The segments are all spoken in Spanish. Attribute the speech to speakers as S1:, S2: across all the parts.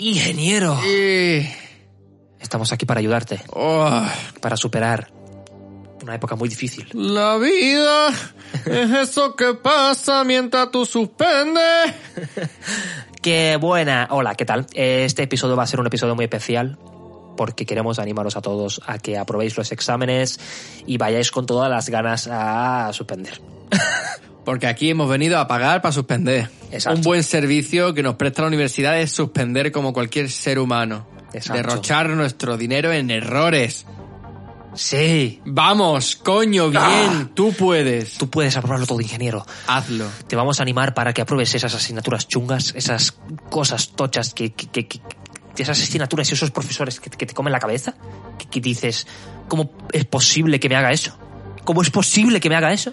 S1: Ingeniero,
S2: Y-
S1: estamos aquí para ayudarte,
S2: oh,
S1: para superar una época muy difícil.
S2: la vida es eso que pasa mientras tú suspendes.
S1: ¡Qué buena! Hola, ¿qué tal? Eh, Este episodio va a ser un episodio muy especial porque queremos animaros a todos a que aprobéis los exámenes y vayáis con todas las ganas a suspender.
S2: Porque aquí hemos venido a pagar para suspender.
S1: Exacto.
S2: Un buen servicio que nos presta la universidad es suspender como cualquier ser humano.
S1: Exacto.
S2: Derrochar nuestro dinero en errores.
S1: Sí,
S2: Vamos, coño, bien, tú puedes.
S1: tú puedes aprobarlo todo, ingeniero.
S2: Hazlo.
S1: Te vamos a animar para que apruebes esas asignaturas chungas, esas cosas tochas que... que- que- que- esas asignaturas y esos profesores que, que te comen la cabeza, que, que dices, ¿cómo es posible que me haga eso? ¿Cómo es posible que me haga eso?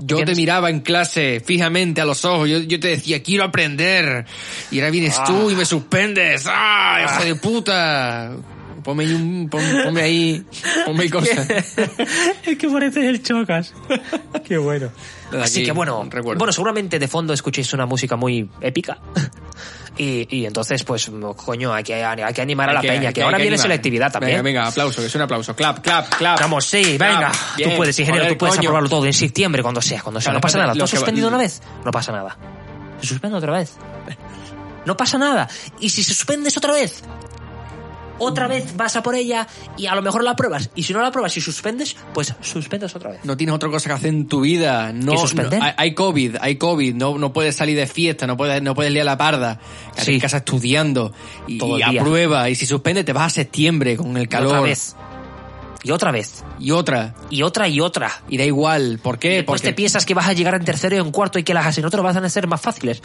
S2: Yo te
S1: ¿Tienes?
S2: miraba en clase fijamente a los ojos, yo, yo te decía, quiero aprender. Y ahora vienes
S1: Ah.
S2: tú y me suspendes. ¡Ah, hijo de puta! Ponme ahí, un- pon- ponme ahí, ponme ahí cosas.
S1: es que parece el chocas. Qué bueno.
S2: Desde
S1: Así
S2: aquí,
S1: que bueno,
S2: un recuerdo.
S1: bueno, seguramente de fondo escuchéis una música muy épica. Y, y entonces, pues, coño, hay que, hay que animar a la
S2: Hay
S1: peña, que,
S2: hay
S1: ahora
S2: hay
S1: viene
S2: animar.
S1: selectividad también.
S2: Venga, venga, aplauso, que es un aplauso. Clap, clap, clap.
S1: Vamos, sí,
S2: Clap,
S1: venga.
S2: Ah, bien.
S1: tú puedes, ingeniero,
S2: Joder,
S1: tú puedes
S2: coño.
S1: aprobarlo todo en septiembre, cuando sea, cuando sea.
S2: Claro,
S1: No pasa nada.
S2: espérate,
S1: ¿Tú
S2: lo
S1: has
S2: que va-
S1: suspendido una vez? No pasa nada. Se suspende otra vez. No pasa nada. Y si se suspendes otra vez, otra vez vas a por ella y a lo mejor la apruebas. Y si no la apruebas y suspendes, pues suspendes otra vez.
S2: No tienes otra cosa que hacer en tu vida. No,
S1: ¿Que suspender?
S2: no- hay, hay COVID, hay COVID. No, no puedes salir de fiesta, no puedes, no puedes liar la parda. Quédate
S1: Sí.
S2: en casa estudiando. Y,
S1: Todo
S2: y
S1: el día.
S2: aprueba. Y si suspende, te vas a septiembre con el calor.
S1: Y otra vez. Y otra vez.
S2: Y otra.
S1: Y otra y otra.
S2: Y da igual. ¿Por qué?
S1: Después
S2: Porque
S1: Pues te piensas que vas a llegar en tercero y en cuarto y que las asignaturas van a ser más fáciles.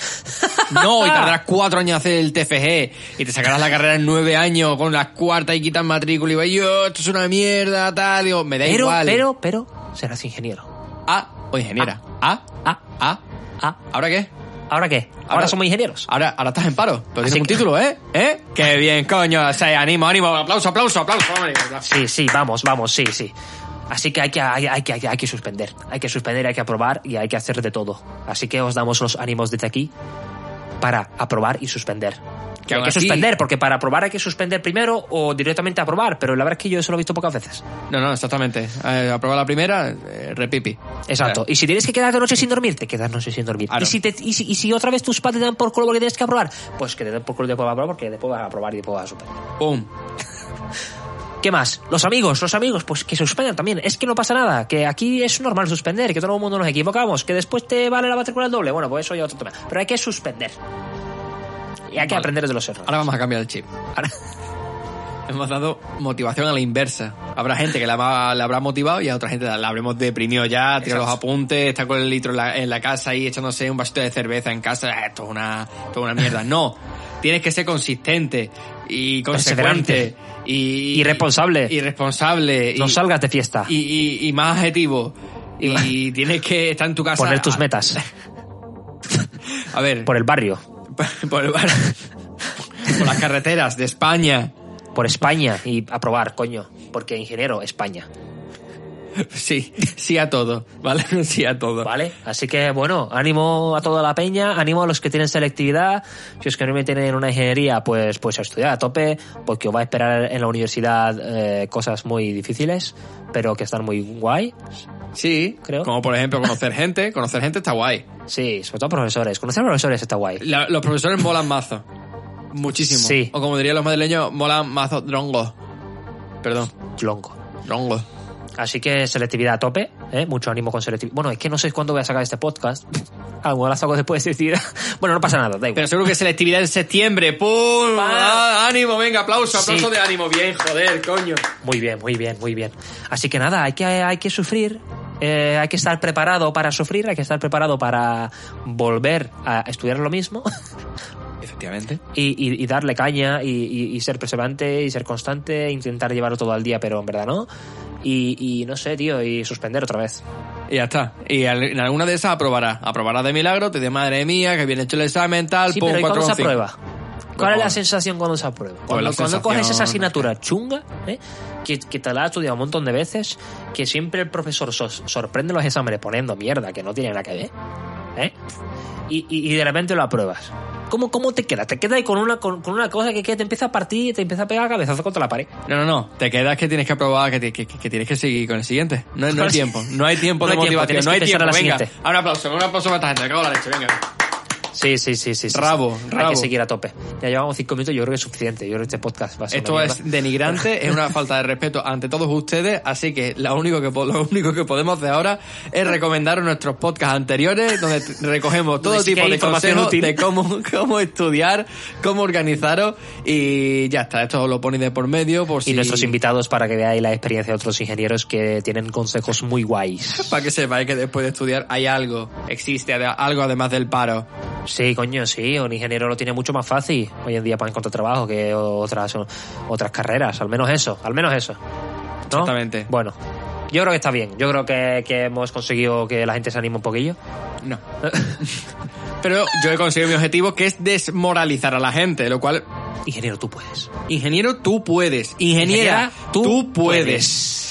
S2: no, y tardarás cuatro años en hacer el TFG. Y te sacarás la carrera en nueve años con las cuartas y quitas matrícula. Y vas, yo, esto es una mierda, tal. Digo, me da
S1: Pero,
S2: igual.
S1: pero, pero, serás ingeniero.
S2: Ah, o ingeniera. Ah,
S1: Ah,
S2: ah.
S1: ah,
S2: ¿Ahora qué?
S1: ¿ahora qué? Ahora
S2: Ahora-
S1: somos ingenieros.
S2: Ahora, ahora estás en paro. Pero tienes
S1: Así
S2: un
S1: que-
S2: título, ¿eh? ¿Eh? ¡Qué bien, coño! O sea, ánimo, ánimo. Aplauso, aplauso, aplauso. ánimo, aplauso.
S1: Sí, sí, vamos, vamos, sí, sí. Así que hay que, hay, hay que, hay que- hay que suspender. Hay que suspender, hay que aprobar y hay que hacer de todo. Así que os damos los ánimos desde aquí para aprobar y suspender.
S2: Que
S1: hay
S2: aún
S1: que
S2: así-
S1: suspender, porque para aprobar hay que suspender primero o directamente aprobar, pero la verdad es que yo eso lo he visto pocas veces.
S2: No, no, exactamente. Eh, aprobar la primera, eh, repipi.
S1: Exacto. Y si tienes que quedarte noche sin dormir, te quedas noche sin dormir.
S2: Claro.
S1: Y, si te- y, si, y si otra vez tus padres te dan por culo porque tienes que aprobar, pues que te den por culo y después vas a aprobar porque después vas a aprobar y después vas a superar.
S2: ¡Pum!
S1: ¿Qué más? Los amigos, los amigos, pues que suspendan también. Es que no pasa nada, que aquí es normal suspender, que todo el mundo nos equivocamos, que después te vale la matrícula el doble. Bueno, pues eso ya es otro tema. Pero hay que suspender. Y hay que
S2: Vale.
S1: aprender de los errores.
S2: Ahora vamos a cambiar el chip.
S1: Ahora-
S2: Hemos dado motivación a la inversa. Habrá gente que la, va- la habrá motivado y a otra gente la, la habremos deprimido ya, tira los
S1: Exacto.
S2: apuntes, está con el litro en la, en la casa y echándose un vasito de cerveza en casa. Ah, Esto es una, esto es una mierda. No, tienes que ser consistente y consecuente. Y,
S1: Y responsable.
S2: Y responsable.
S1: no
S2: y,
S1: salgas de fiesta.
S2: y, y- y más objetivo. Y tienes que estar en tu casa.
S1: poner tus
S2: a-
S1: metas.
S2: A ver,
S1: Por el barrio,
S2: por, el bar- por las carreteras de España.
S1: por España y aprobar, coño. Porque ingeniero, España.
S2: Sí, sí a todo, ¿vale? Sí a todo.
S1: ¿Vale? Así que, bueno, ánimo a toda la peña, ánimo a los que tienen selectividad. Si es que no tienen una ingeniería, pues, pues a estudiar a tope, porque os va a esperar en la universidad eh, cosas muy difíciles, pero que están muy guay.
S2: Sí,
S1: Creo.
S2: Como por ejemplo conocer gente, conocer gente está guay.
S1: Sí, sobre todo profesores. Conocer profesores está guay.
S2: La- los profesores molan mazo. Muchísimo.
S1: Sí.
S2: O como dirían los madrileños, molan mazo drongo. Perdón,
S1: Lonco.
S2: drongo.
S1: Así que selectividad a tope, ¿eh? mucho ánimo con selectividad. Bueno, es que no sé cuándo voy a sacar este podcast. A lo mejor la saco después de selectividad. Bueno, no pasa nada, da igual.
S2: Pero seguro que selectividad en septiembre. ¡Pum!
S1: Ah,
S2: ánimo, venga, aplauso,
S1: aplauso
S2: aplauso
S1: de
S2: de ánimo. Bien, joder, coño.
S1: Muy bien, muy bien, muy bien. Así que nada, hay que, hay que sufrir, eh, hay que estar preparado para sufrir, hay que estar preparado para volver a estudiar lo mismo
S2: Efectivamente.
S1: y, y- y darle caña y, y- y ser perseverante y ser constante, e intentar llevarlo todo al día, pero en verdad no. Y, y no sé, tío, y suspender otra vez.
S2: Y ya está. Y al- en alguna de esas aprobará. Aprobará de milagro, te diré, madre mía, que bien hecho el examen, tal,
S1: Sí,
S2: pum,
S1: pero ¿y
S2: cuatro
S1: cuándo se
S2: con cinco.
S1: aprueba? ¿Cuál es la
S2: Bueno.
S1: sensación cuando se aprueba?
S2: Pues
S1: Cuando,
S2: la
S1: cuando coges esa
S2: sensación-
S1: asignatura chunga, ¿eh? que, que te la has estudiado un montón de veces, que siempre el profesor sos- sorprende los exámenes poniendo mierda que no tiene nada que ver, ¿eh? y, y- y de repente lo apruebas. ¿Cómo, cómo te queda? Te queda ahí con una, con, con una cosa que, que te empieza a partir y te empieza a pegar cabezazo contra la pared.
S2: No, no, no. Te quedas que tienes que aprobar, que, te- que- que tienes que seguir con el siguiente. No, no hay tiempo. No hay tiempo
S1: No
S2: de
S1: hay tiempo,
S2: motivación.
S1: tienes
S2: No hay
S1: que pensar
S2: tiempo.
S1: a la
S2: Venga.
S1: siguiente.
S2: Ahora un aplauso. Un aplauso para esta gente. Acabo la leche. Venga.
S1: Sí, sí, sí, sí. sí.
S2: Rabo,
S1: Hay
S2: rabo.
S1: que seguir a tope. Ya llevamos cinco minutos, yo creo que es suficiente. Yo creo que este podcast va a ser
S2: Esto
S1: una
S2: es
S1: mierda.
S2: denigrante, es una falta de respeto ante todos ustedes, así que lo único que, po- lo único que podemos hacer ahora es recomendar nuestros podcasts anteriores donde t- recogemos todo
S1: Donde sí que
S2: tipo
S1: hay
S2: de
S1: información
S2: consejos
S1: útil.
S2: de cómo, cómo estudiar, cómo organizaros y ya está, esto lo ponéis de por medio por
S1: Y
S2: si...
S1: nuestros invitados para que veáis la experiencia de otros ingenieros que tienen consejos muy guays.
S2: Para que sepáis que después de estudiar hay algo, existe ade- algo además del paro.
S1: Sí, coño, sí. Un ingeniero lo tiene mucho más fácil hoy en día para encontrar trabajo que otras, otras carreras. Al menos eso, al menos eso. ¿No?
S2: Exactamente.
S1: Bueno, yo creo que está bien. Yo creo que, que hemos conseguido que la gente se anime un poquillo.
S2: No. Pero yo he conseguido mi objetivo que es desmoralizar a la gente, lo cual
S1: Ingeniero, tú puedes.
S2: Ingeniero, tú puedes. Ingeniera, tú, puedes.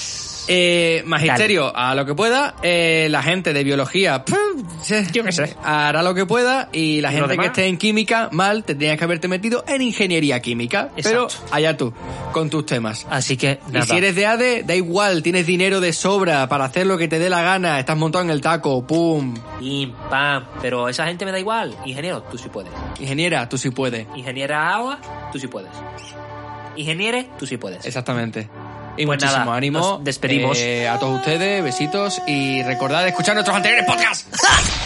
S2: Eh, magisterio, a lo que pueda. Eh, la gente de biología, pf, se-
S1: Yo qué sé.
S2: hará lo que pueda. Y la
S1: ¿Y lo
S2: gente que
S1: demás?
S2: esté en química, mal, tendrías que haberte metido en ingeniería química.
S1: Exacto.
S2: Pero allá tú, con tus temas.
S1: Así que, nada.
S2: Y si eres de ADE, da igual, tienes dinero de sobra para hacer lo que te dé la gana, estás montado en el taco, pum.
S1: Pim, pam. Pero esa gente me da igual. Ingeniero, tú sí puedes.
S2: Ingeniera, tú sí puedes.
S1: Ingeniera agua, tú sí puedes. Ingeniere, tú sí puedes.
S2: Exactamente. Y
S1: Pues
S2: muchísimo
S1: nada,
S2: ánimo.
S1: nos despedimos.
S2: eh, a todos ustedes, besitos y recordad escuchar nuestros anteriores podcasts.